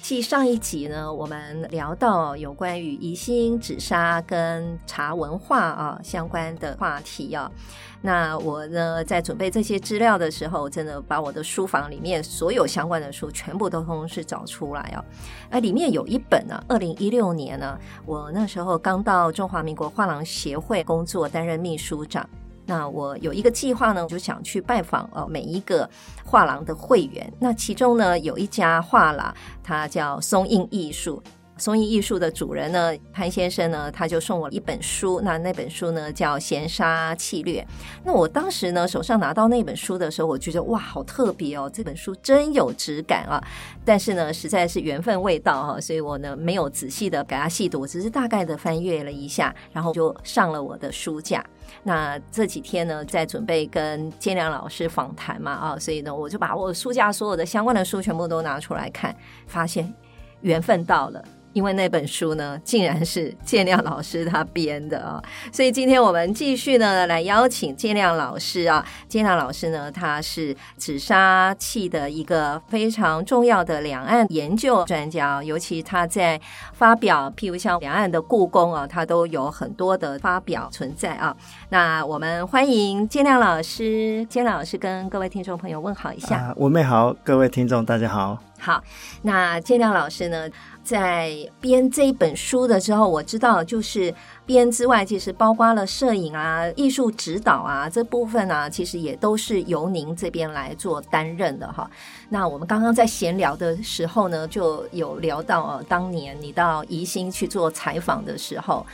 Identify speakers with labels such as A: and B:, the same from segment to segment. A: 继上一集呢，我们聊到有关于宜兴紫砂跟茶文化啊相关的话题啊。那我呢，在准备这些资料的时候，真的把我的书房里面所有相关的书全部都通通是找出来啊。那里面有一本呢、2二零一六年呢、我那时候刚到中华民国画廊协会工作，担任秘书长。那我有一个计划呢，我就想去拜访呃每一个画廊的会员。那其中呢，有一家画廊，它叫松印艺术。松印艺术的主人呢，潘先生呢，他就送我一本书。那那本书呢，叫《闲沙气略》。那我当时呢，手上拿到那本书的时候，我觉得哇，好特别哦，这本书真有质感啊！但是呢，实在是缘分未到哈、所以我呢没有仔细的给它细读，只是大概的翻阅了一下，然后就上了我的书架。那这几天呢，在准备跟建良老师访谈嘛啊，所以呢，我就把我书架所有的相关的书全部都拿出来看，发现缘分到了。因为那本书呢，竟然是建亮老师他编的啊、所以今天我们继续呢来邀请建亮老师啊，建亮老师呢，他是紫砂器的一个非常重要的两岸研究专家哦，尤其他在发表，譬如像两岸的故宫啊，他都有很多的发表存在啊。那我们欢迎建亮老师，建亮老师跟各位听众朋友问好一下。
B: 啊，文妹好，各位听众大家好。
A: 好，那建亮老师呢，在编这一本书的时候，我知道就是编之外，其实包括了摄影啊、艺术指导啊这部分啊，其实也都是由您这边来做担任的哈。那我们刚刚在闲聊的时候呢，就有聊到哦，当年你到宜兴去做采访的时候，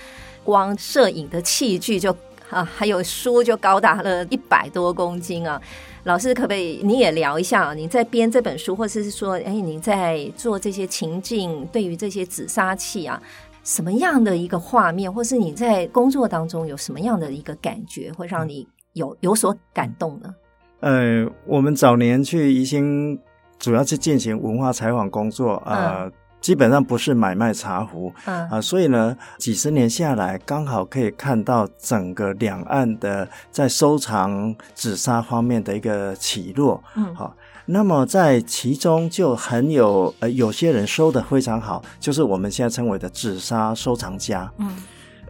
A: 光摄影的器具就啊，还有书就高达了一百多公斤啊。老师，可不可以你也聊一下啊？你在编这本书，或者是说，哎，你在做这些情境，对于这些紫砂器啊，什么样的一个画面，或是你在工作当中有什么样的一个感觉，会让你有有所感动呢？
B: 呃，我们早年去宜兴，主要是进行文化采访工作啊、呃基本上不是买卖茶壶
A: 嗯
B: 啊、所以呢，几十年下来，刚好可以看到整个两岸的在收藏紫砂方面的一个起落。
A: 嗯
B: 好、那么在其中就很有呃，有些人收的非常好，就是我们现在称为的紫砂收藏家。
A: 嗯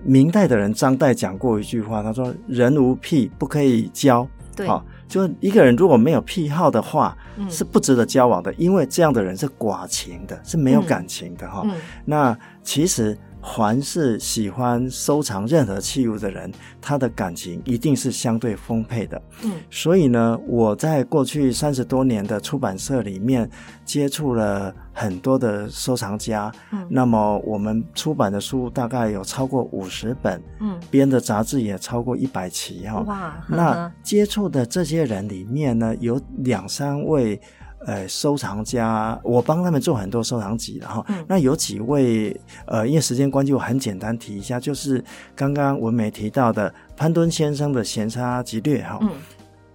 B: 明代的人张岱讲过一句话，他说：“人无癖不可以交。”
A: 对，
B: 好、就一个人如果没有癖好的话，
A: 嗯
B: 是不值得交往的，因为这样的人是寡情的，是没有
A: 嗯
B: 感情的哈、
A: 嗯
B: 那其实凡是喜欢收藏任何器物的人，他的感情一定是相对丰沛的。
A: 嗯
B: 所以呢，我在过去三十多年的出版社里面接触了很多的收藏家，
A: 嗯
B: 那么我们出版的书大概有超过五十本，
A: 嗯，
B: 编的杂志也超过一百期哈、
A: 哇，呵
B: 那
A: 呵
B: 接触的这些人里面呢，有两三位呃收藏家，我帮他们做很多收藏集的哈。
A: 嗯
B: 那有几位呃，因为时间关系，我很简单提一下，就是刚刚文梅提到的潘敦先生的《闲沙集略》哈。
A: 嗯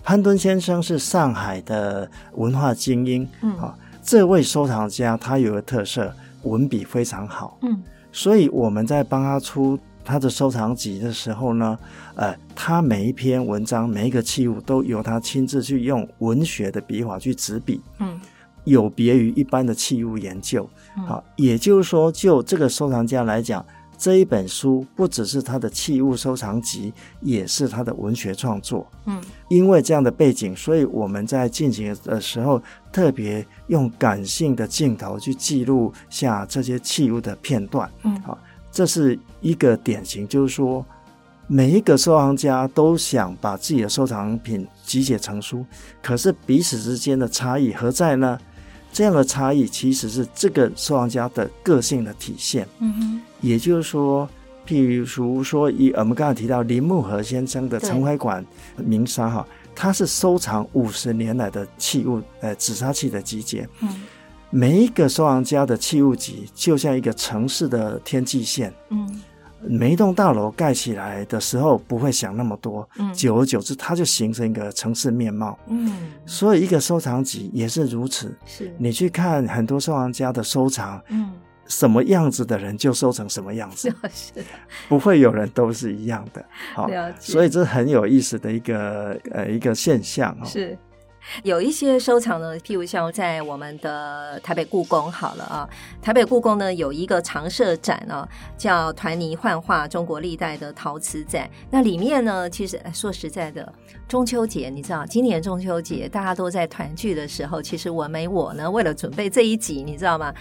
B: 潘敦先生是上海的文化精英，
A: 嗯
B: 啊、这位收藏家他有个特色，文笔非常好。
A: 嗯
B: 所以我们在帮他出他的收藏集的时候呢，呃，他每一篇文章、每一个器物都由他亲自去用文学的笔法去执笔，
A: 嗯
B: 有别于一般的器物研究。
A: 嗯
B: 好、也就是说，就这个收藏家来讲。这一本书不只是他的器物收藏集，也是他的文学创作。
A: 嗯
B: 因为这样的背景，所以我们在进行的时候，特别用感性的镜头去记录下这些器物的片段。
A: 嗯
B: 好、这是一个典型，就是说，每一个收藏家都想把自己的收藏品集结成书，可是彼此之间的差异何在呢？这样的差异其实是这个收藏家的个性的体现。
A: 嗯哼
B: 也就是说，譬如说以呃我们刚才提到林木和先生的
A: 对
B: 陈怀馆名沙哈，他是收藏五十年来的器物，呃，紫砂器的集结。
A: 嗯
B: 每一个收藏家的器物集就像一个城市的天际线，
A: 嗯
B: 每一栋大楼盖起来的时候不会想那么多，
A: 嗯
B: 久而久之它就形成一个城市面貌。
A: 嗯，
B: 所以一个收藏集也是如此。
A: 是，
B: 你去看很多收藏家的收藏，
A: 嗯，
B: 什么样子的人就收成什么样子，
A: 是
B: 不会有人都是一样的。好，
A: 了解，
B: 所以这很有意思的一个呃一个现象哦。
A: 是。有一些收藏呢，譬如像在我们的台北故宫好了啊，台北故宫呢有一个常设展啊，叫“团泥幻化：中国历代的陶瓷展”。那里面呢，其实哎说实在的，中秋节你知道，今年中秋节大家都在团聚的时候，其实文梅我呢，为了准备这一集，你知道吗？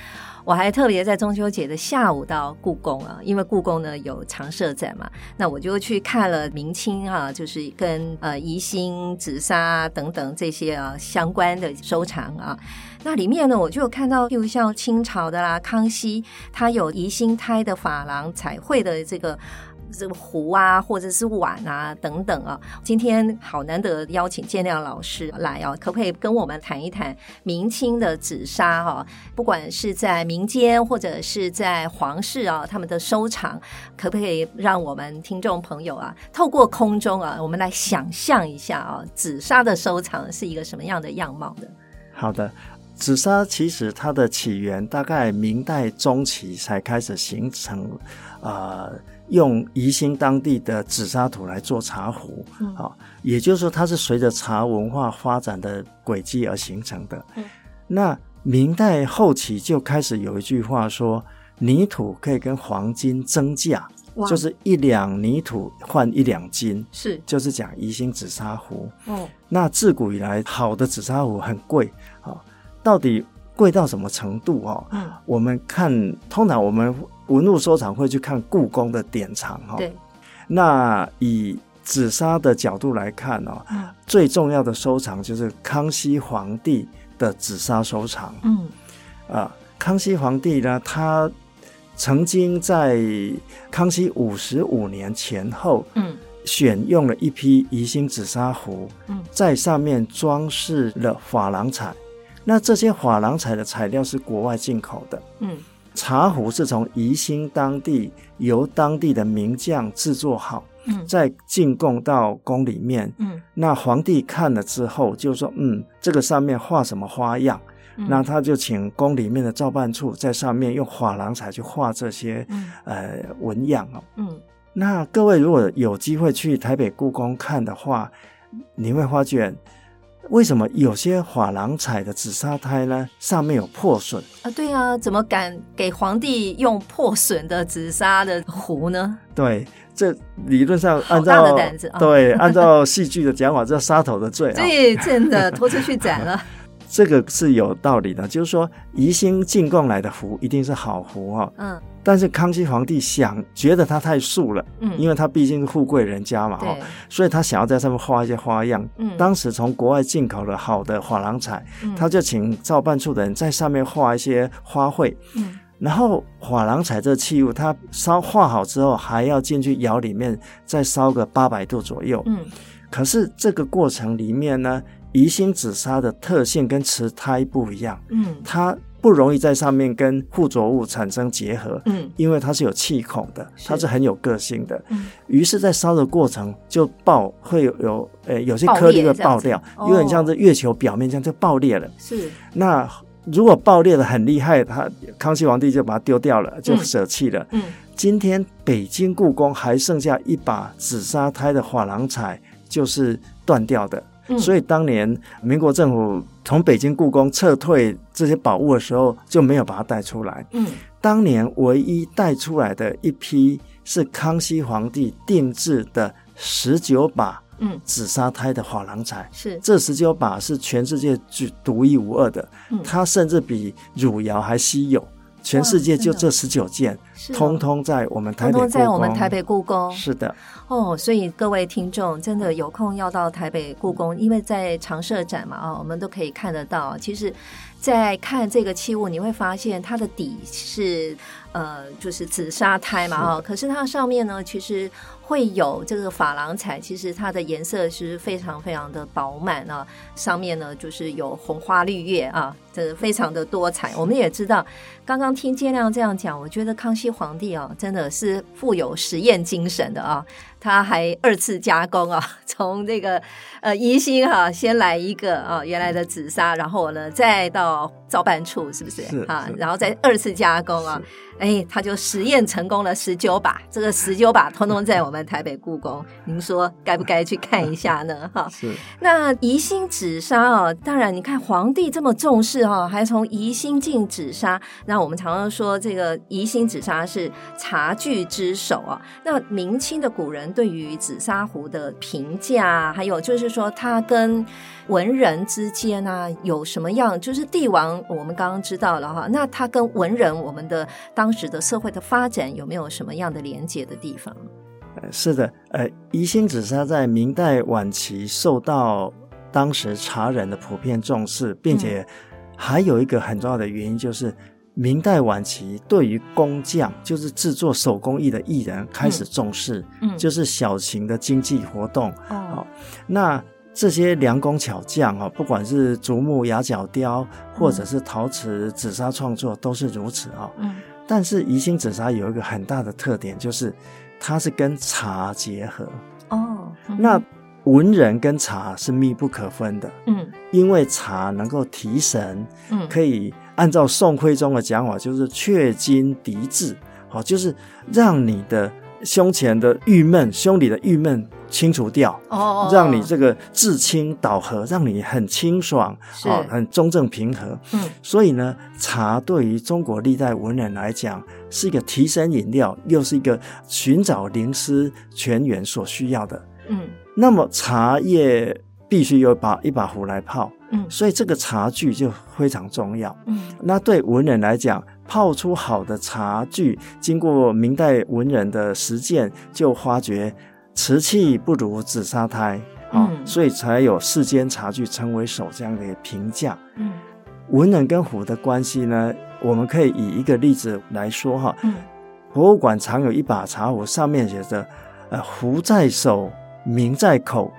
A: 我还特别在中秋节的下午到故宫啊，因为故宫呢有常设展嘛，那我就去看了明清啊，就是跟呃宜兴、紫砂等等这些啊相关的收藏啊。那里面呢，我就有看到，譬如像清朝的啦，康熙他有宜兴胎的珐琅彩绘的这个。这个壶啊，或者是碗啊，等等啊，今天好难得邀请建亮老师来啊，可不可以跟我们谈一谈明清的紫砂哈、不管是在民间或者是在皇室啊，他们的收藏可不可以让我们听众朋友啊，透过空中啊，我们来想象一下啊，紫砂的收藏是一个什么样的样貌的？
B: 好的，紫砂其实它的起源大概明代中期才开始形成，呃，用宜兴当地的紫砂土来做茶壶，
A: 嗯
B: 好、也就是说它是随着茶文化发展的轨迹而形成的。
A: 嗯
B: 那明代后期就开始有一句话说，泥土可以跟黄金增价，
A: 哇
B: 就是一两泥土换一两金，
A: 是
B: 就是讲宜兴紫砂壶。
A: 哦，
B: 那自古以来，好的紫砂壶很贵啊、到底贵到什么程度哦？
A: 嗯，
B: 我们看，通常我们文物收藏会去看故宫的典藏哈、哦。
A: 对，
B: 那以紫砂的角度来看哦，
A: 嗯
B: 最重要的收藏就是康熙皇帝的紫砂收藏啊、
A: 嗯
B: 康熙皇帝呢，他曾经在康熙五十五年前后
A: 嗯
B: 选用了一批宜兴紫砂壶，
A: 嗯
B: 在上面装饰了珐琅彩。那这些珐琅彩的材料是国外进口的，
A: 嗯
B: 茶壶是从宜兴当地由当地的名匠制作好，
A: 嗯
B: 再进贡到宫里面。
A: 嗯，
B: 那皇帝看了之后就说：“嗯，这个上面画什么花样？”
A: 嗯
B: 那他就请宫里面的照办处在上面用珐琅彩去画这些
A: 嗯
B: 呃纹样哦。
A: 嗯
B: 那各位如果有机会去台北故宫看的话，你会发觉为什么有些珐琅彩的紫砂胎呢上面有破损？
A: 啊，对啊，怎么敢给皇帝用破损的紫砂的壶呢？
B: 对，这理论上
A: 好
B: 按
A: 大
B: 照
A: 的胆子啊
B: 对 按照戏剧的讲法，这杀头的罪啊，
A: 对，真的拖出去斩了。
B: 这个是有道理的。就是说，宜兴进贡来的壶一定是好壶哦，
A: 嗯
B: 但是康熙皇帝想觉得它太素了，
A: 嗯，
B: 因
A: 为
B: 为他毕竟是富贵人家嘛，哦
A: 对，，
B: 所以他想要在上面画一些花样。
A: 嗯，
B: 当时从国外进口了好的珐琅彩，
A: 嗯
B: 他就请照办处的人在上面画一些花卉，
A: 嗯
B: 然后珐琅彩这器物，它烧画好之后，还要进去窑里面再烧个八百度左右。
A: 嗯
B: 可是这个过程里面呢，宜兴紫砂的特性跟瓷胎不一样，
A: 嗯
B: 它不容易在上面跟附着物产生结合。
A: 嗯
B: 因为它是有气孔的，
A: 是
B: 它是很有个性的，
A: 嗯
B: 于是，在烧的过程就爆，会有有呃有些
A: 爆裂
B: 颗粒会爆
A: 这
B: 掉
A: 样子，哦
B: 有点像这月球表面这样就爆裂了。
A: 是
B: 那如果爆裂的很厉害，他康熙皇帝就把它丢掉了，就
A: 嗯
B: 舍弃了。
A: 嗯
B: 今天北京故宫还剩下一把紫砂胎的珐琅彩，就是断掉的。
A: 嗯，
B: 所
A: 以
B: 以当年民国政府从北京故宫撤退这些宝物的时候，就没有把它带出来。
A: 嗯
B: 当年唯一带出来的一批是康熙皇帝定制的十九把
A: 嗯
B: 紫砂胎的珐琅彩，
A: 是
B: 这十九把是全世界最独一无二的
A: 嗯，
B: 它甚至比汝窑还稀有。全世界就
A: 真的
B: 这十九件，
A: 嗯是哦
B: 通通在我们台
A: 通
B: 北
A: 通
B: 故宫。
A: 在我们台北故宫。
B: 是的，
A: 哦，所以各位听众真的有空要到台北故宫，因为在常设展嘛，啊、我们都可以看得到。其实，在看这个器物，你会发现它的底是呃，就是紫砂胎嘛
B: 是
A: 哈、可是它上面呢，其实会有这个珐琅彩，其实它的颜色是非常非常的饱满啊，上面呢就是有红花绿叶啊，这个非常的多彩。我们也知道，刚刚听建亮这样讲，我觉得康熙皇帝啊，真的是富有实验精神的啊，他还二次加工啊， 从这个呃宜兴哈、先来一个啊原来的紫砂，然后呢再到造办处是不是
B: 是
A: 啊
B: 是？
A: 然后再二次加工啊，哎，他就实验成功了十九把，这个十九把通通在我们台北故宫，您说该不该去看一下呢？哈，
B: 是
A: 那宜兴紫砂哦，当然你看皇帝这么重视哦，还从宜兴进紫砂。那我们常常说这个宜兴紫砂是茶具之首啊。那明清的古人对于紫砂壶的评价啊，还有就是说它跟文人之间啊有什么样？就是帝王我们刚刚知道了哈，那它跟文人我们的当时的社会的发展有没有什么样的连接的地方？
B: 呃是的，呃，宜兴紫砂在明代晚期受到当时茶人的普遍重视，并且
A: 嗯
B: 还有一个很重要的原因就是。明代晚期，对于工匠，就是制作手工艺的艺人开始重视，
A: 嗯
B: 就是小型的经济活动，
A: 哦，
B: 那这些良工巧匠哦，不管是竹木牙角雕，或者是陶瓷紫砂创作，都是如此哦。
A: 嗯
B: 但是宜兴紫砂有一个很大的特点，就是它是跟茶结合。
A: 哦，嗯
B: 那文人跟茶是密不可分的，
A: 嗯
B: 因为茶能够提神，
A: 嗯
B: 可以按照宋徽宗的讲法，就是却筋涤志，好、哦就是让你的胸前的郁闷、胸里的郁闷清除掉。
A: 哦，
B: 让你这个至清导和，让你很清爽
A: 是
B: 啊、很中正平和。
A: 嗯
B: 所以呢，茶对于中国历代文人来讲，是一个提神饮料，又是一个寻找灵思泉源所需要的。
A: 嗯
B: 那么茶叶必须有把一把壶来泡，
A: 嗯
B: 所以这个茶具就非常重要。
A: 嗯
B: 那对文人来讲，泡出好的茶具，经过明代文人的实践，就发觉瓷器不如紫砂胎啊、
A: 嗯
B: 所以才有世间茶具称为首这样的评价。
A: 嗯
B: 文人跟壶的关系呢，我们可以以一个例子来说哈，
A: 嗯
B: 博物馆常有一把茶壶，上面写着“呃，壶在手，名在口”。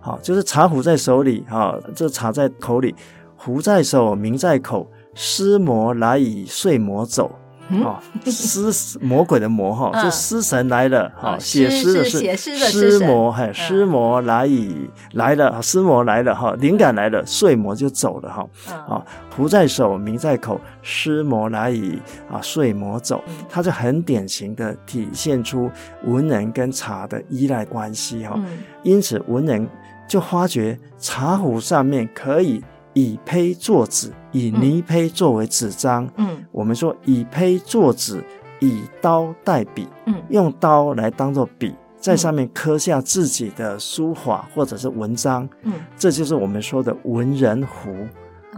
B: 好，就是茶壶在手里，哈、这茶在口里，壶在手，名在口，尸魔来以睡魔走。
A: 嗯
B: 哦，尸魔鬼的魔哈，
A: 嗯
B: 就尸神来了哈，
A: 哦
B: 写
A: 诗
B: 诗的
A: 是写诗的诗
B: 尸
A: 神
B: 魔，嘿，
A: 嗯
B: 尸魔来以来了，尸魔来了哈，灵感来了，睡魔就走了哈。
A: 啊
B: 啊，壶在手，名在口，诗魔来矣，啊，睡魔走
A: 嗯，
B: 它就很典型的体现出文人跟茶的依赖关系哈、
A: 嗯
B: 因此，文人就发觉茶壶上面可以以胚作纸，以泥胚作为纸张。
A: 嗯
B: 我们说以胚作纸，以刀代笔，
A: 嗯
B: 用刀来当做笔，在上面刻下自己的书法或者是文章，
A: 嗯
B: 这就是我们说的文人壶。
A: 哦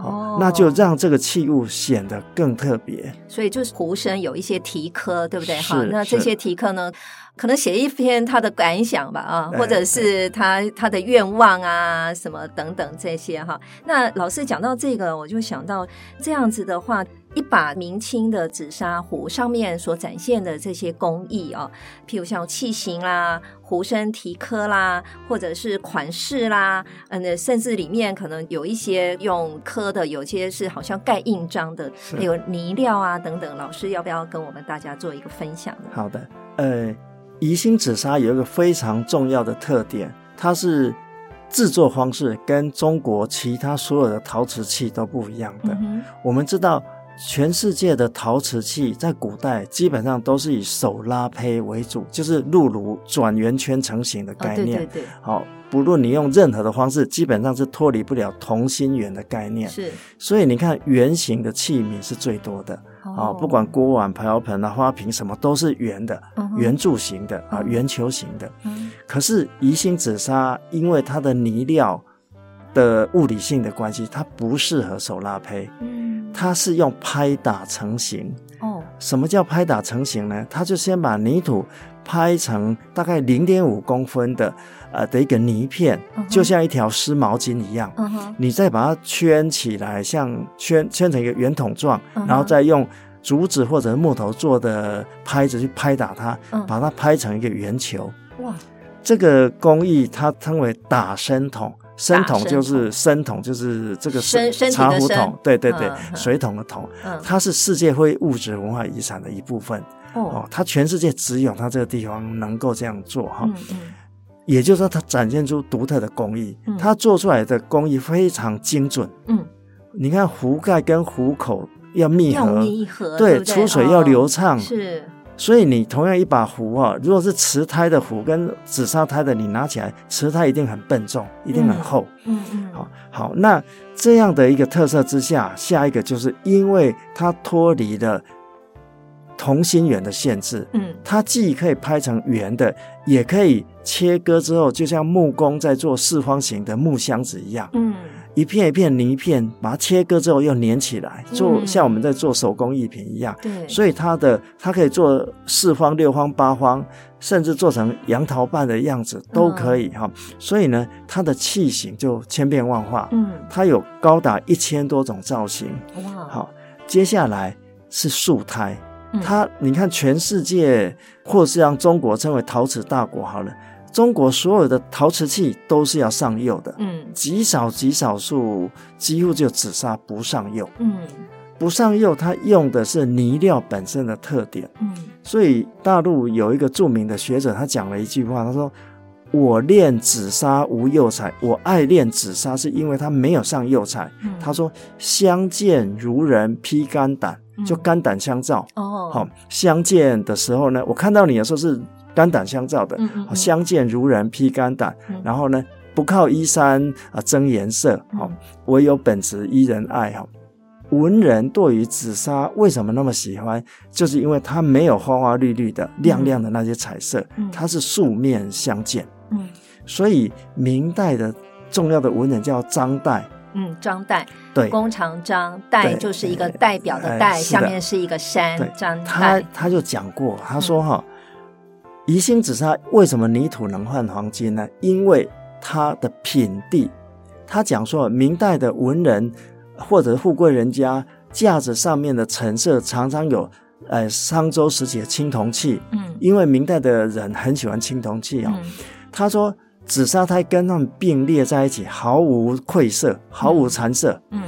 B: 哦，那就让这个器物显得更特别。
A: 所以就是壶身有一些题科，对不对？
B: 是
A: 哈，那这
B: 是
A: 些题科呢，可能写一篇他的感想吧，啊，
B: 对
A: 或者是他他的愿望啊，什么等等这些哈。那老师讲到这个，我就想到这样子的话，一把明清的紫砂壶上面所展现的这些工艺啊，譬如像器型啦、壶身题科啦，或者是款式啦，嗯，那甚至里面可能有一些用刻的，有些是好像盖印章的，
B: 是
A: 还有泥料啊等等。老师要不要跟我们大家做一个分享呢？
B: 好的，呃，宜兴紫砂有一个非常重要的特点，它是制作方式跟中国其他所有的陶瓷器都不一样的。
A: 嗯
B: 我们知道，全世界的陶瓷器在古代基本上都是以手拉胚为主，就是入炉转圆圈成型的
A: 哼，哦，
B: 概
A: 对
B: 念。
A: 对对，
B: 好，不论你用任何的方式，基本上是脱离不了同心圆的概念。
A: 是
B: 所以你看，圆形的器皿是最多的
A: 哦
B: 啊、不管锅碗瓢盆啊、花瓶什么，都是圆的、
A: 嗯哼
B: 圆柱形的啊、
A: 嗯
B: 圆球形的。
A: 嗯
B: 可是宜兴紫砂，因为它的泥料的物理性的关系，它不适合手拉胚，
A: 嗯
B: 它是用拍打成型。
A: 哦
B: 什么叫拍打成型呢？它就先把泥土拍成大概零点五公分的呃的一个泥片
A: 嗯哼，
B: 就像一条湿毛巾一样。
A: 嗯哼
B: 你再把它圈起来，像圈圈成一个圆筒状
A: 嗯哼，
B: 然后再用竹子或者木头做的拍子去拍打它，
A: 嗯
B: 把它拍成一个圆球。
A: 哇，
B: 这个工艺它称为打生桶，生桶
A: 生
B: 就是生桶，就是这个
A: 身身体的
B: 茶壶
A: 身
B: 桶，对对对
A: 嗯，嗯
B: 水桶的桶，
A: 嗯，
B: 它是世界非物质文化遗产的一部分
A: 哦
B: 哦，，它全世界只有它这个地方能够这样做哈。
A: 嗯嗯，
B: 也就是说，它展现出独特的工艺
A: 嗯，
B: 它做出来的工艺非常精准。
A: 嗯，
B: 你看壶盖跟壶口要密
A: 要
B: 合，
A: 密合，
B: 对
A: 不对？
B: 出水要流
A: 哦
B: 畅，
A: 是，
B: 所以你同样一把壶啊，如果是瓷胎的壶跟紫砂胎的，你拿起来，瓷胎一定很笨重，一定很厚。
A: 嗯嗯，
B: 好、好，那这样的一个特色之下，下一个就是因为它脱离了同心圆的限制，
A: 嗯
B: 它既可以拍成圆的，也可以切割之后，就像木工在做四方形的木箱子一样，
A: 嗯
B: 一片一片泥片，把它切割之后又粘起来，做
A: 嗯
B: 像我们在做手工艺品一样。
A: 对，
B: 所以它的它可以做四方、六方、八方，甚至做成杨桃瓣的样子都可
A: 嗯
B: 以哈、所以呢，它的器型就千变万化，
A: 嗯
B: 它有高达一千多种造型。
A: 哇，
B: 好，接下来是素胎
A: 嗯，
B: 它你看全世界，或是让中国称为陶瓷大国好了，中国所有的陶瓷器都是要上釉的。
A: 嗯
B: 极少极少数，几乎只有紫砂不上釉。
A: 嗯
B: 不上釉，它用的是泥料本身的特点。
A: 嗯
B: 所以大陆有一个著名的学者，他讲了一句话，他说：“我练紫砂无釉彩，我爱练紫砂是因为它没有上釉彩。
A: 嗯，
B: 他说：“相见如人披肝胆，就
A: 嗯
B: 肝胆相照。
A: 哦，
B: 好、相见的时候呢，我看到你的时候是肝胆相照的，
A: 嗯，嗯
B: 好
A: 嗯，
B: 相见如人披肝胆。
A: 嗯
B: 然后呢，不靠衣衫啊争颜色，好、
A: 嗯
B: 唯有本质依人爱。哈、文人对于紫砂为什么那么喜欢？就是因为它没有花花绿绿的、亮亮的那些彩色，
A: 嗯
B: 它是素面相见。
A: 嗯
B: 所以明代的重要的文人叫张岱，
A: 嗯，张岱，
B: 对，
A: 弓长张，岱
B: 对
A: 就是一个
B: 哎
A: 代表的
B: 哎
A: 代，
B: 是
A: 下
B: 的
A: 面是一个山
B: 对，
A: 张
B: 他
A: 岱，
B: 他就讲过，他说哈、宜兴紫砂为什么泥土能换黄金呢？因为它的品地。他讲说，明代的文人或者富贵人家架子上面的陈设常常有呃商周时期的青铜器，
A: 嗯
B: 因为明代的人很喜欢青铜器啊、
A: 嗯
B: 他说，紫砂胎跟他们并列在一起，毫无愧色，毫无残色。
A: 嗯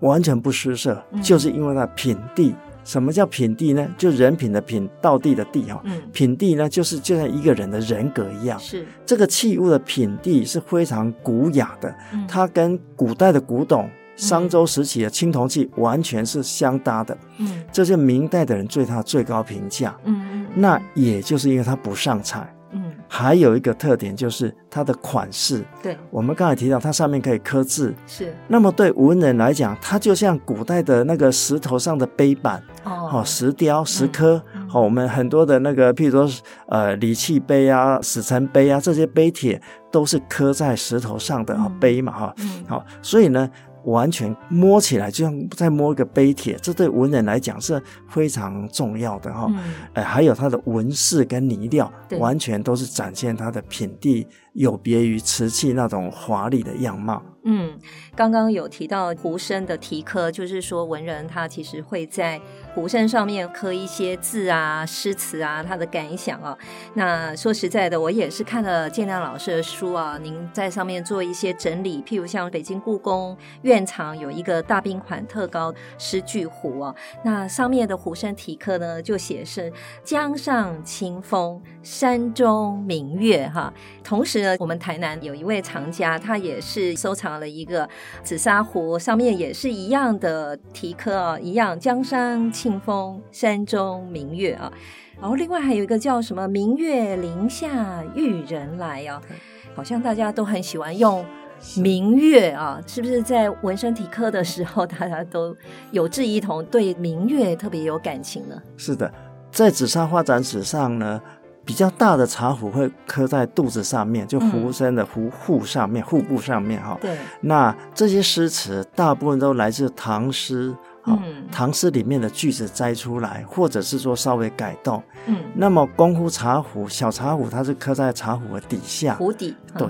B: 完全不失色
A: 嗯，
B: 就是因为它品地。什么叫品地呢？就人品的品，道地的地哈、
A: 嗯，
B: 品地呢，就是就像一个人的人格一样，
A: 是，
B: 这个器物的品地是非常古雅的，
A: 嗯
B: 它跟古代的古董、商周时期的青铜器完全是相搭的，
A: 嗯
B: 这是明代的人对它的最高评价。
A: 嗯，嗯
B: 那也就是因为它不上彩，
A: 嗯
B: 还有一个特点就是它的款式。
A: 对
B: 我们刚才提到，它上面可以刻字，
A: 是
B: 那么对文人来讲，它就像古代的那个石头上的碑板，
A: 哦
B: 哦，石雕、石刻
A: 嗯，
B: 哦，我们很多的那个，譬如说呃礼器碑啊、史臣碑啊，这些碑帖都是刻在石头上的啊、哦
A: 嗯
B: 碑嘛哈，
A: 嗯
B: 好、所以呢，完全摸起来就像在摸一个碑帖，这对文人来讲是非常重要的哈、
A: 嗯
B: 呃，还有它的纹饰跟泥料
A: 对，
B: 完全都是展现它的品地，有别于瓷器那种华丽的样貌。
A: 嗯，刚刚有提到壶身的题刻，就是说文人他其实会在壶身上面刻一些字啊、诗词啊，他的感想啊。那说实在的，我也是看了建亮老师的书啊，您在上面做一些整理，譬如像北京故宫院藏有一个大冰款特高诗句壶啊，那上面的壶身题刻呢，就写是江上清风，山中明月哈、同时呢，我们台南有一位藏家，他也是收藏了一个紫砂壶，上面也是一样的题刻啊，一样“江山庆丰，山中明月”啊。然后另外还有一个叫什么“明月林下玉人来”啊，好像大家都很喜欢用。明月啊，是不是在文身体课的时候，大家都有志一同，对明月特别有感情呢？
B: 是的，在紫砂发展史上呢，比较大的茶壶会刻在肚子上面，就壶身的壶腹上面、腹部上面哈、
A: 嗯对，
B: 那这些诗词大部分都来自唐诗。啊，
A: 嗯
B: 唐诗里面的句子摘出来，或者是说稍微改动。
A: 嗯，
B: 那么功夫茶壶、小茶壶，它是刻在
A: 嗯
B: 茶壶的底下。
A: 湖底，
B: 对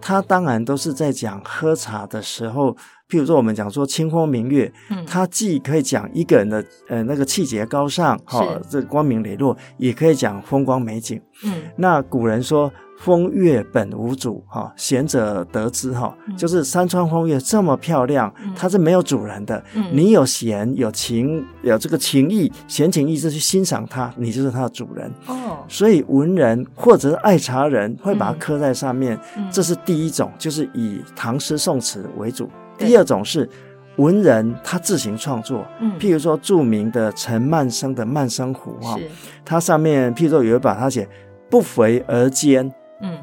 B: 它当然都是在讲喝茶的时候譬如说我们讲说清风明月，
A: 嗯，
B: 它既可以讲一个人的呃那个气节高尚，哈、
A: 是
B: 这光明磊落，也可以讲风光美景。
A: 嗯
B: 那古人说“风月本无主”哈，贤者得之哈
A: 嗯，
B: 就是山川风月这么漂亮
A: 嗯，
B: 它是没有主人的。
A: 嗯，
B: 你有闲有情有这个情意闲情逸致去欣赏它，你就是它的主人。
A: 哦，
B: 所以文人或者是爱茶人会把它
A: 嗯
B: 刻在上面，
A: 嗯
B: 这是第一种，就是以唐诗宋词为主。
A: 对
B: 第二种是文人他自行创作，
A: 嗯
B: 譬如说著名的陈曼生的《曼生湖》哈，
A: 是
B: 它上面譬如说有一把它写“不肥而坚”，
A: 嗯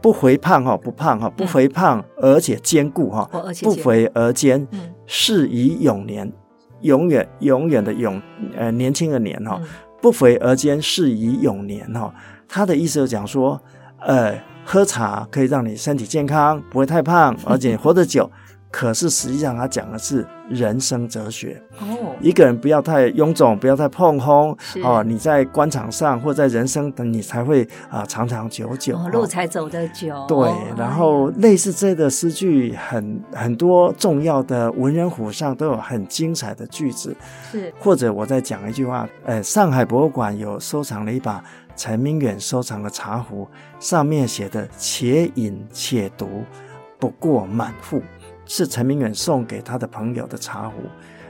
B: 不肥胖哈，不胖哈，不肥胖而且坚固哈
A: 我而且，
B: 不
A: 坚
B: 肥而坚，
A: 嗯
B: 是以永年，永远永远的永，呃，年轻的年哈，
A: 嗯
B: 不肥而坚是以永年哈。他的意思就讲说，呃，喝茶可以让你身体健康，不会太胖，而且活得久。可是实际上，他讲的是人生哲学。
A: 哦
B: 一个人不要太臃肿，不要太碰轰
A: 是
B: 哦。你在官场上或在人生，你才会啊、长长久久。
A: 哦
B: 哦
A: 路才走得久，哦哎
B: 对，然后类似这类的诗句很很多重要的文人虎上都有很精彩的句子，
A: 哎呀是
B: 或者我再讲一句话，呃，上海博物馆有收藏了一把陈明远收藏的茶壶，上面写的“且饮且读，不过满腹”，是陈明远送给他的朋友的茶壶。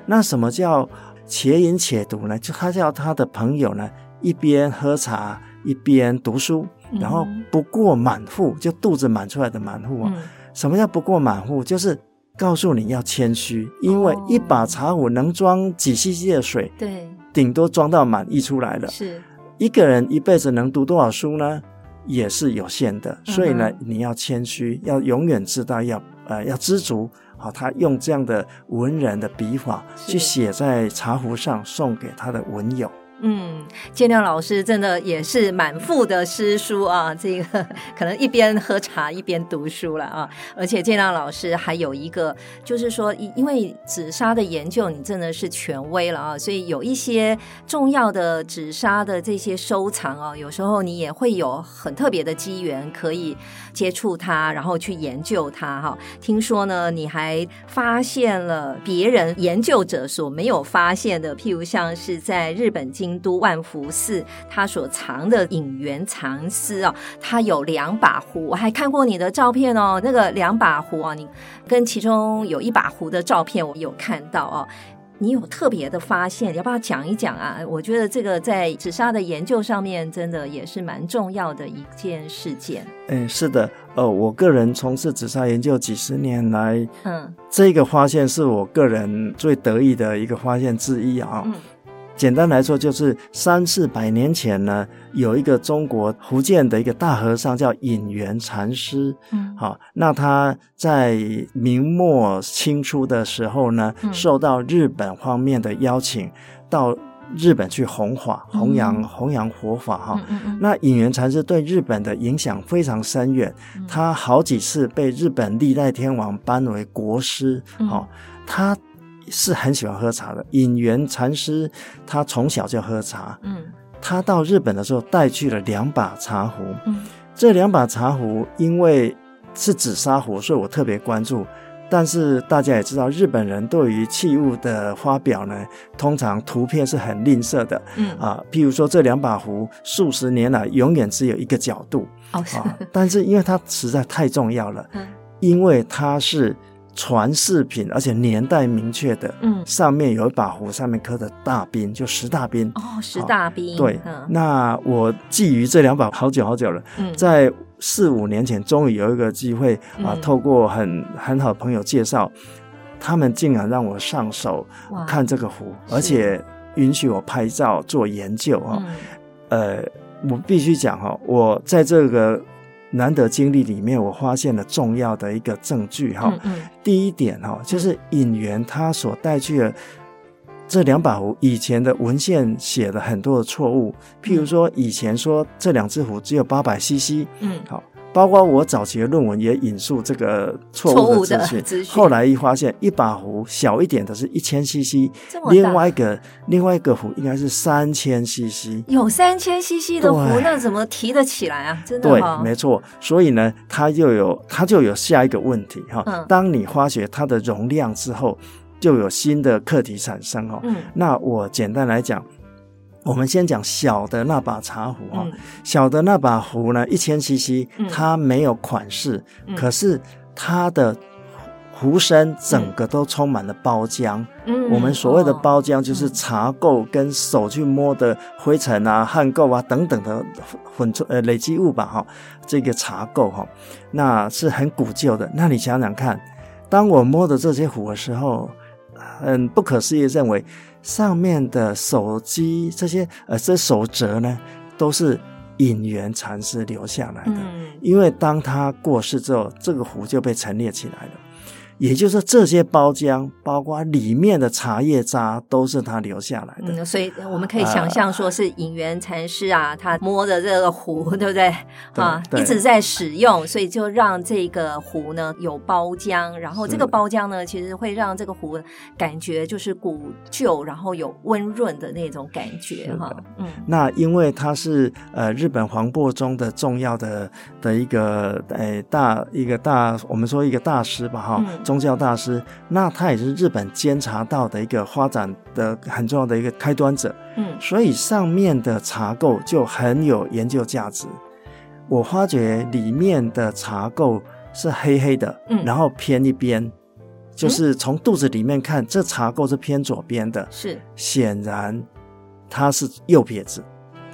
B: 那什么叫“且饮且读”呢？就他叫他的朋友呢，一边喝茶一边读书，然后
A: 嗯
B: 不过满腹，就肚子满出来的满腹啊。
A: 嗯
B: 什么叫不过满腹？就是告诉你要谦虚，因为
A: 哦
B: 一把茶壶能装几 CC 的水，
A: 对
B: 顶多装到满溢出来了。
A: 是
B: 一个人一辈子能读多少书呢？也是有限的，
A: 嗯哼
B: 所以呢，你要谦虚，要永远知道要呃要知足。好、他用这样的文人的笔法
A: 是
B: 去写在茶壶上，送给他的文友。
A: 嗯，建亮老师真的也是满腹的诗书啊， 这个可能一边喝茶一边读书了啊。而且建亮老师还有一个，就是说，因因为紫砂的研究，你真的是权威了啊，所以有一些重要的紫砂的这些收藏啊，有时候你也会有很特别的机缘可以接触它，然后去研究它哈、听说呢，你还发现了别人研究者所没有发现的，譬如像是在日本京都万福寺，他所藏的隐元藏丝啊，它有两把壶，我还看过你的照片哦，那个两把壶啊，你跟其中有一把壶的照片，我有看到哦。你有特别的发现，要不要讲一讲啊？我觉得这个在紫砂的研究上面，真的也是蛮重要的一件事件。
B: 嗯，是的，呃，我个人从事紫砂研究几十年来，
A: 嗯
B: 这个发现是我个人最得意的一个发现之一啊、
A: 嗯，
B: 简单来说，就是三四百年前呢，有一个中国福建的一个大和尚叫隐元禅师。
A: 嗯
B: 好、那他在明末清初的时候呢，
A: 嗯
B: 受到日本方面的邀请，到日本去弘法、弘扬、
A: 嗯
B: 弘扬佛法哈、
A: 嗯嗯
B: 那隐元禅师对日本的影响非常深远，
A: 嗯
B: 他好几次被日本历代天王颁为国师。
A: 嗯
B: 哦，他是很喜欢喝茶的。隐元禅师他从小就喝茶，
A: 嗯
B: 他到日本的时候带去了两把茶壶，
A: 嗯
B: 这两把茶壶因为是紫砂壶，所以我特别关注。但是大家也知道，日本人对于器物的发表呢，通常图片是很吝啬的。
A: 嗯
B: 啊，譬如说这两把壶数十年来永远只有一个角度
A: 哦是 嗯
B: 啊，但是因为它实在太重要了，因为它是传世品，而且年代明确的，
A: 嗯
B: 上面有一把壶，上面刻的大兵就十大兵。
A: 哦十大兵
B: 对，
A: 嗯
B: 那我觊觎这两把好久好久了，
A: 嗯
B: 在四五年前，终于有一个机会啊
A: 嗯，
B: 透过很很好的朋友介绍，他们竟然让我上手
A: 哇
B: 看这个壶，
A: 啊是
B: 而且允许我拍照做研究啊。
A: 嗯
B: 呃，我必须讲哈、我在这个难得经历里面，我发现了重要的一个证据哦哈、
A: 嗯嗯
B: 第一点哈、就是引援他所带去的这两把壶，以前的文献写了很多的错误，譬如说以前说这两只壶只有八百 CC，
A: 嗯
B: 好，包括我早期的论文也引述这个错
A: 错
B: 误的资
A: 误的
B: 讯，
A: 资讯
B: 后来一发现，一把壶小一点的是一千 CC，
A: 这么大
B: 另外一个另外一个壶应该是三千 CC。
A: 有三千 CC 的壶，
B: 对
A: 那怎么提得起来啊？真的
B: 对
A: 哈，，
B: 没错，所以呢，它又有它就有下一个问题哈、
A: 嗯
B: 当你发觉它的容量之后，就有新的课题产生哈、
A: 嗯
B: 那我简单来讲，我们先讲小的那把茶壶哈、
A: 嗯
B: 小的那把壶呢，一千 CC，
A: 嗯
B: 它没有款式，
A: 嗯
B: 可是它的壶身整个都充满了包浆。
A: 嗯
B: 我们所谓的
A: 哦
B: 包浆，就是
A: 嗯
B: 茶垢跟手去摸的灰尘啊、汗垢啊等等的混出呃累积物吧，哈、这个茶垢哈、那是很古旧的。那你想想看，当我摸的这些壶的时候，很不可思议，认为上面的手机这些呃这手折呢，都是引元禅师留下来的。
A: 嗯
B: 因为当他过世之后，这个壶就被陈列起来了。也就是说，这些包浆，包括里面的茶叶渣，都是他留下来的。啊
A: 嗯，所以我们可以想象说是引元禅师啊，他摸着这个壶， 对不对？
B: 对
A: 啊，
B: 对
A: 一直在使用，所以就让这个壶呢有包浆，然后这个
B: 是
A: 包浆呢，其实会让这个壶感觉就是古旧，然后有温润的那种感觉
B: 是
A: 哈
B: 的。
A: 嗯
B: 那因为它是呃日本黄檗中的重要的的一个呃大一个大，我们说一个大师吧哈，
A: 嗯
B: 宗教大师。那他也是日本监察道的一个发展的很重要的一个开端者。
A: 嗯
B: 所以上面的茶垢就很有研究价值。我发觉里面的茶垢是黑黑的，
A: 嗯
B: 然后偏一边，就是从肚子里面看，这茶垢是偏左边的，
A: 是
B: 显然他是右撇子，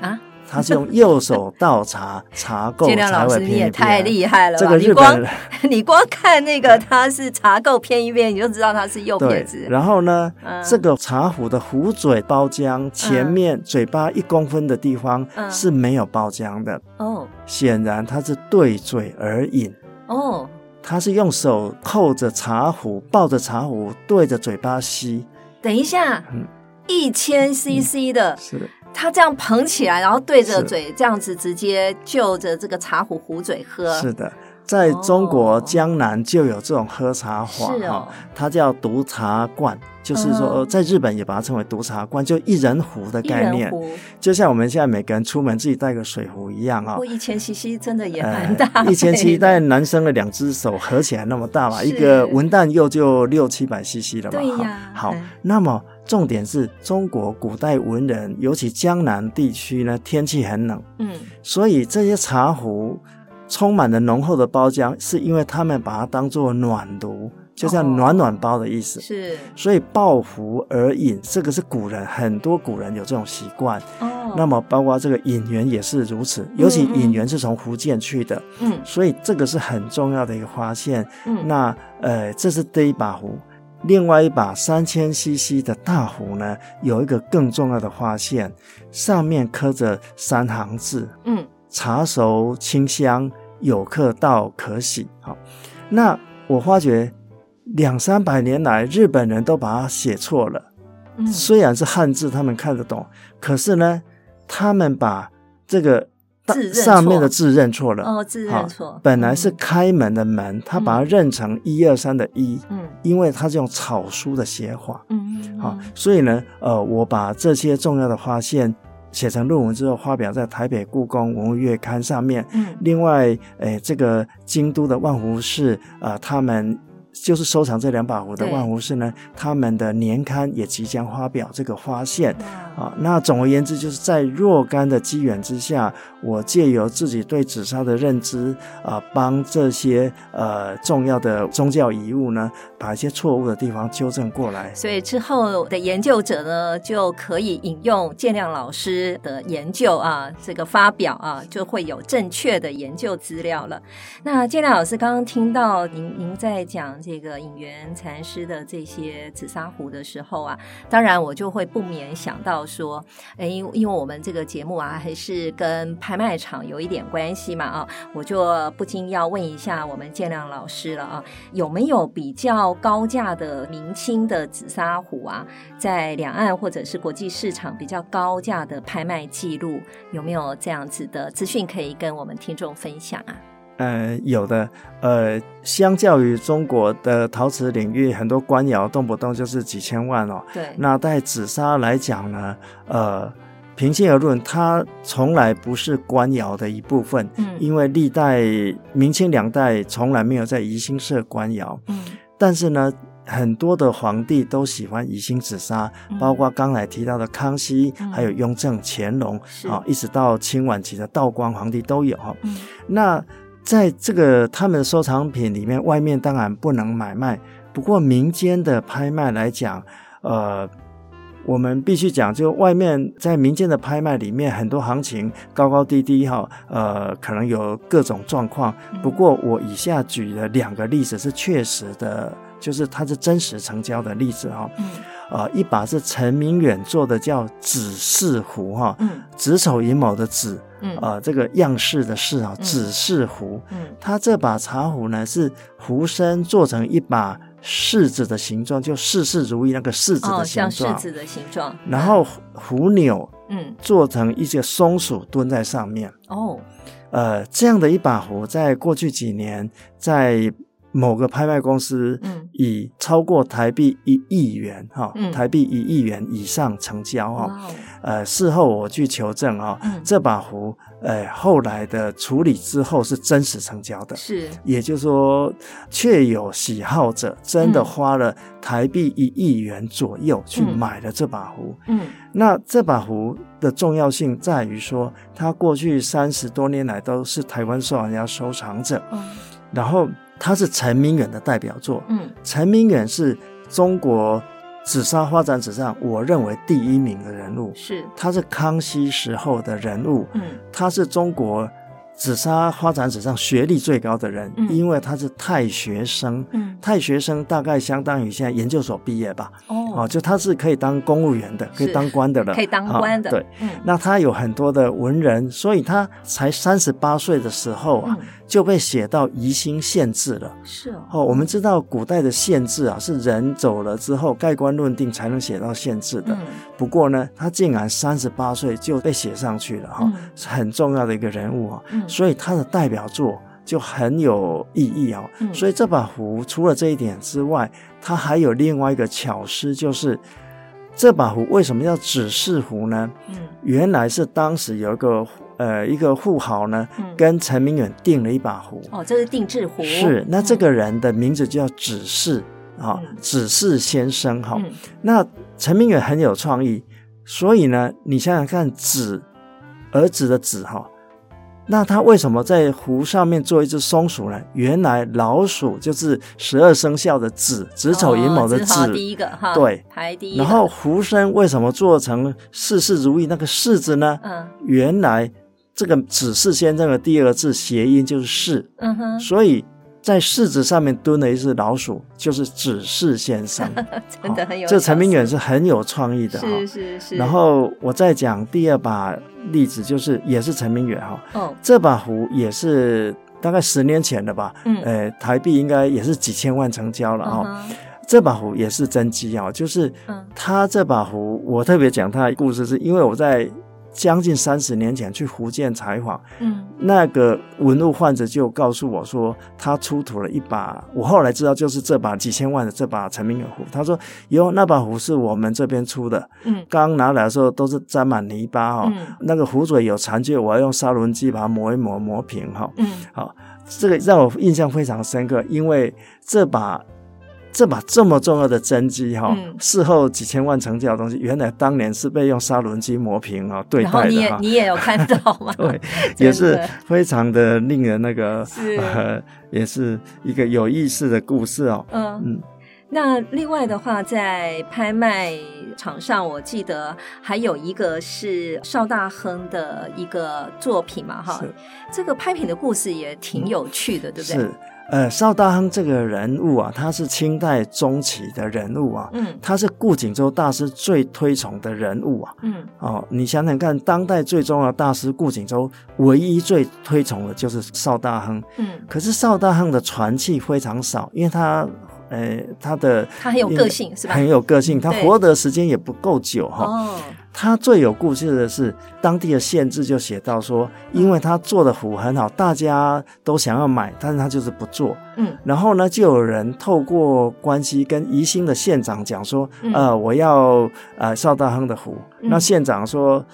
A: 啊，
B: 他是用右手倒茶，茶垢
A: 建亮
B: 才
A: 老
B: 会
A: 师你
B: 偏一
A: 也
B: 边。啊
A: 太厉害了吧！
B: 这个
A: 你
B: 日
A: 光
B: 本
A: 你光看那个他是茶垢偏一边，你就知道他是右撇
B: 对
A: 子，。
B: 然后呢，
A: 嗯
B: 这个茶壶的壶嘴包浆前
A: 嗯
B: 面嘴巴一公分的地方
A: 嗯
B: 是没有包浆的，
A: 哦
B: 显然他是对嘴而饮，
A: 哦，
B: 他是用手扣着茶壶，抱着茶壶，对着嘴巴吸。
A: 等一下
B: 嗯，
A: 一千 CC 的。
B: 是的，
A: 他这样捧起来，然后对着
B: 是
A: 嘴这样子直接就着这个茶壶壶嘴喝，
B: 是的，在中
A: 哦
B: 国江南就有这种喝茶法
A: 是哦
B: 哈，它叫独茶罐，就是说
A: 嗯
B: 在日本也把它称为独茶罐，就一人壶的
A: 一
B: 概
A: 人
B: 念，
A: 壶，
B: 就像我们现在每个人出门自己带个水壶一样啊、
A: 不一千 CC 真的哦也蛮大杯
B: 呃，
A: 的，
B: 一 千七，但男生的两只手合起来那么大嘛，
A: 是
B: 一个文旦柚就六七百 CC 了嘛。
A: 对
B: 哈
A: 呀
B: 好
A: 嗯，
B: 那么重点是中国古代文人，尤其江南地区呢，天气很冷，
A: 嗯
B: 所以这些茶壶充满了浓厚的包浆，是因为他们把它当做暖炉，就像
A: 哦
B: 暖暖包的意思。
A: 是
B: 所以抱壶而饮，这个是古人很多古人有这种习惯。
A: 哦，
B: 那么包括这个引援也是如此，尤其引援是从福建去的，
A: 嗯
B: 所以这个是很重要的一个发现。
A: 嗯
B: 那呃，这是第一把壶，另外一把三千 CC 的大壶呢，有一个更重要的发现，上面刻着三行字：
A: 嗯
B: 茶熟清香，有客到可喜。好，那我发觉两三百年来，日本人都把它写错了。
A: 嗯
B: 虽然是汉字，他们看得懂，可是呢，他们把这个大
A: 字认错
B: 上面的字认错了。
A: 哦自认错，
B: 本来是
A: 嗯
B: 开门的门，他把它认成一二三的一，
A: 嗯
B: 因为他是用草书的写法。
A: 嗯嗯
B: 好、所以呢，呃，我把这些重要的发现写成论文之后，发表在台北故宫文物月刊上面。
A: 嗯
B: 另外，诶，这个京都的万湖市，呃，他们就是收藏这两把壶的
A: 对
B: 万湖市呢，他们的年刊也即将发表这个发现。
A: 哇
B: 啊，那总而言之，就是在若干的机缘之下，我借由自己对紫砂的认知啊，帮这些呃重要的宗教遗物呢，把一些错误的地方纠正过来。
A: 所以之后的研究者呢，就可以引用建亮老师的研究啊，这个发表啊，就会有正确的研究资料了。那建亮老师刚刚听到您您在讲这个引元禅师的这些紫砂壶的时候啊，当然我就会不免想到说，哎，因为因为我们这个节目啊，还是跟拍卖场有一点关系嘛啊，我就不禁要问一下我们建亮老师了啊，有没有比较高价的明清的紫砂壶啊，在两岸或者是国际市场比较高价的拍卖记录，有没有这样子的资讯可以跟我们听众分享啊？
B: 呃，有的，呃，相较于中国的陶瓷领域，很多官窑动不动就是几千万哦。
A: 对，
B: 那在紫砂来讲呢，呃，平心而论，它从来不是官窑的一部分，
A: 嗯
B: 因为历代明清两代从来没有在宜兴设官窑。
A: 嗯
B: 但是呢，很多的皇帝都喜欢宜兴紫砂，
A: 嗯
B: 包括刚才提到的康熙，
A: 嗯
B: 还有雍正、乾隆，
A: 是
B: 啊、一直到清晚期的道光皇帝都有哈。
A: 嗯
B: 那在这个他们的收藏品里面，外面当然不能买卖，不过民间的拍卖来讲，呃。我们必须讲，就外面在民间的拍卖里面，很多行情高高低低哈，呃，可能有各种状况。
A: 嗯
B: 不过我以下举的两个例子是确实的，就是它是真实成交的例子哈、
A: 嗯
B: 呃，一把是陈明远做的叫紫氏壶哈、
A: 嗯
B: 子丑寅卯的子，
A: 嗯
B: 呃，这个样式的式啊，
A: 嗯
B: 紫式壶。
A: 嗯
B: 它这把茶壶呢，是壶身做成一把柿子的形状，就事事如意那个柿子
A: 哦，
B: 的
A: 像
B: 形状。
A: 柿子的形状，
B: 然后壶壶钮
A: 嗯
B: 做成一些松鼠蹲在上面。
A: 哦
B: 呃，这样的一把壶，在过去几年，在某个拍卖公司，
A: 嗯
B: 以超过台币一亿元哈、
A: 嗯
B: 台币一亿元以上成交哈、
A: 哇哦
B: 呃，事后我去求证啊、
A: 嗯
B: 这把壶，呃，后来的处理之后是真实成交的，
A: 是
B: 也就是说，确有喜好者真的
A: 嗯
B: 花了台币一亿元左右去
A: 嗯
B: 买了这把壶。
A: 嗯
B: 那这把壶的重要性在于说，它过去三十多年来都是台湾收藏家收藏者，
A: 哦
B: 然后它是陈明远的代表作，
A: 嗯
B: 陈明远是中国紫砂发展史上我认为第一名的人物。
A: 是
B: 他是康熙时候的人物，
A: 嗯
B: 他是中国紫砂发展史上学历最高的人，
A: 嗯
B: 因为他是太学生。
A: 嗯
B: 太学生大概相当于现在研究所毕业吧，哦，
A: 哦
B: 就他是可以当公务员的，可以当官的了，
A: 可以当官的
B: 啊对，
A: 嗯
B: 那他有很多的文人，所以他才三十八岁的时候啊，
A: 嗯
B: 就被写到宜兴县志了。
A: 是哦
B: 哦，我们知道古代的县志啊，是人走了之后盖棺论定才能写到县志的。
A: 嗯
B: 不过呢，他竟然三十八岁就被写上去了哈、
A: 嗯
B: 是很重要的一个人物啊、
A: 嗯
B: 所以他的代表作就很有意义啊、
A: 嗯
B: 所以这把壶除了这一点之外，它还有另外一个巧思，就是这把壶为什么叫指示壶呢？
A: 嗯
B: 原来是当时有一个呃一个富豪呢，
A: 嗯
B: 跟陈明远订了一把壶，
A: 哦这是定制壶
B: 是那
A: 嗯
B: 这个人的名字就叫指示啊、
A: 嗯
B: 指示先生哈、
A: 嗯
B: 那陈明远很有创意，所以呢，你想想看，子儿子的子哈，那他为什么在湖上面做一只松鼠呢？原来老鼠就是十二生肖的子，子丑寅卯的
A: 哦
B: 子。
A: 好啊第一个哈
B: 对
A: 排第一个
B: 然后壶身为什么做成事事如意那个柿子呢？
A: 嗯
B: 原来这个子是先生的第二个字谐音就是柿，
A: 嗯哼
B: 所以在柿子上面蹲了一只老鼠，就是子柿先生。
A: 真的很有
B: 哦这陈明远
A: 巧
B: 是很有创意的哈、
A: 思是是是
B: 然后我再讲第二把例子，就是也是陈明远哈、
A: 哦
B: 这把壶也是大概十年前了吧，
A: 嗯
B: 呃，哦台币应该也是几千万成交了哈、
A: 嗯哼
B: 这把壶也是真机啊、就是
A: 嗯
B: 他这把壶，我特别讲他的故事，是因为我在将近三十年前去福建采访，
A: 嗯
B: 那个文物患者就告诉我说，他出土了一把，我后来知道就是这把几千万的这把陈明远壶。他说，哟，那把壶是我们这边出的，
A: 嗯
B: 刚拿来的时候都是沾满泥巴哈、哦，
A: 嗯
B: 那个壶嘴有残缺，我要用砂轮机把它磨一磨，磨平哈、
A: 嗯
B: 这个让我印象非常深刻，因为这把这把这么重要的真机哈、
A: 嗯
B: 事后几千万成交的东西，原来当年是被用砂轮机磨平啊、对
A: 然后
B: 待
A: 你
B: 的
A: 也
B: 哈、
A: 你也有看到吗？
B: 对，
A: 真
B: 也是
A: 的
B: 非常的令人那个
A: 是
B: 呃， 也是一个有意思的故事哦。
A: 嗯
B: 嗯，
A: 那另外的话，在拍卖场上，我记得还有一个是邵大亨的一个作品嘛，哈
B: 是，
A: 这个拍品的故事也挺有趣的，对不对
B: 是？呃，邵大亨这个人物啊，他是清代中期的人物啊，
A: 嗯
B: 他是顾景舟大师最推崇的人物啊。
A: 嗯
B: 哦，你想想看，当代最重要的大师顾景舟，唯一最推崇的就是邵大亨。
A: 嗯，
B: 可是邵大亨的传记非常少，因为他，呃，他的
A: 他很有个性是吧
B: 很有个性，他
A: 对
B: 活的时间也不够久哈、
A: 哦，
B: 他最有故事的是当地的县志就写到说，因为他做的壶很好，大家都想要买，但是他就是不做。
A: 嗯
B: 然后呢，就有人透过关系跟宜兴的县长讲说，
A: 嗯
B: 呃，我要呃邵大亨的壶。
A: 嗯
B: 那县长说，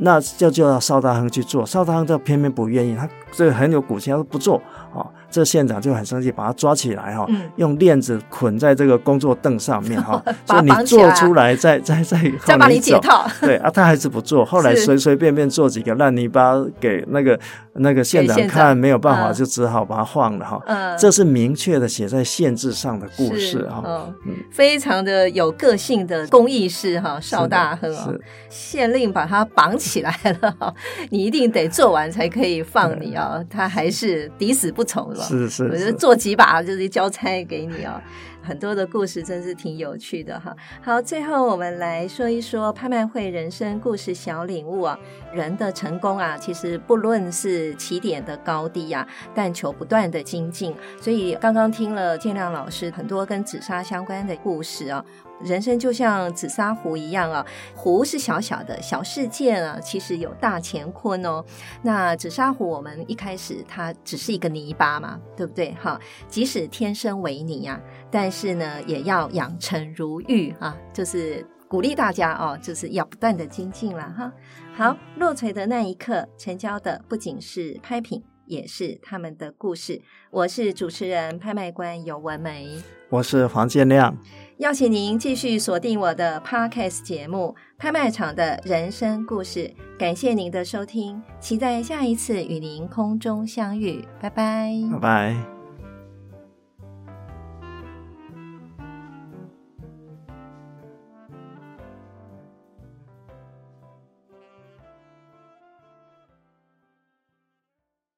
B: 那就就要邵大亨去做，邵大亨就偏偏不愿意，他这个很有骨气，他说不做。哦，这县长就很生气，把他抓起来哈、
A: 嗯，，
B: 用链子捆在这个工作凳上面哈所以你
A: 绑起
B: 做
A: 来
B: 出来再再再
A: 再
B: 后
A: 把
B: 面
A: 你解
B: 走
A: 套，
B: 对啊，他还是不做，后来
A: 是
B: 随随便便做几个烂泥巴给那个那个县长
A: 给县长
B: 看，没有办法，
A: 嗯
B: 就只好把它放了哈。
A: 嗯，
B: 这是明确的写在限制上的故
A: 是
B: 事哈。
A: 嗯
B: 嗯，
A: 非常的有个性的公益式哈，邵大亨
B: 是
A: 啊
B: 的，
A: 县令把他绑起来了哈，你一定得做完才可以放你啊，他还是抵死不从了。
B: 是是
A: 我
B: 是
A: 就做几把就是交差给你哦。 很多的故事真是挺有趣的哈。好，最后我们来说一说拍卖会人生故事小领悟啊。人的成功啊，其实不论是起点的高低啊，但求不断的精进。所以刚刚听了建亮老师很多跟紫砂相关的故事啊。人生就像紫砂壶一样啊，壶是小小的小事件啊，其实有大乾坤哦。那紫砂壶，我们一开始它只是一个泥巴嘛，对不对？哈，即使天生为泥啊，但是呢，也要养成如玉啊，就是鼓励大家哦，就是要不断的精进啦哈。好，落锤的那一刻，成交的不仅是拍品，也是他们的故事。我是主持人拍卖官尤文梅。
B: 我是黄建亮，
A: 邀请您继续锁定我的 Podcast 节目《拍卖场的人生故事》，感谢您的收听，期待下一次与您空中相遇，拜拜
B: 拜拜。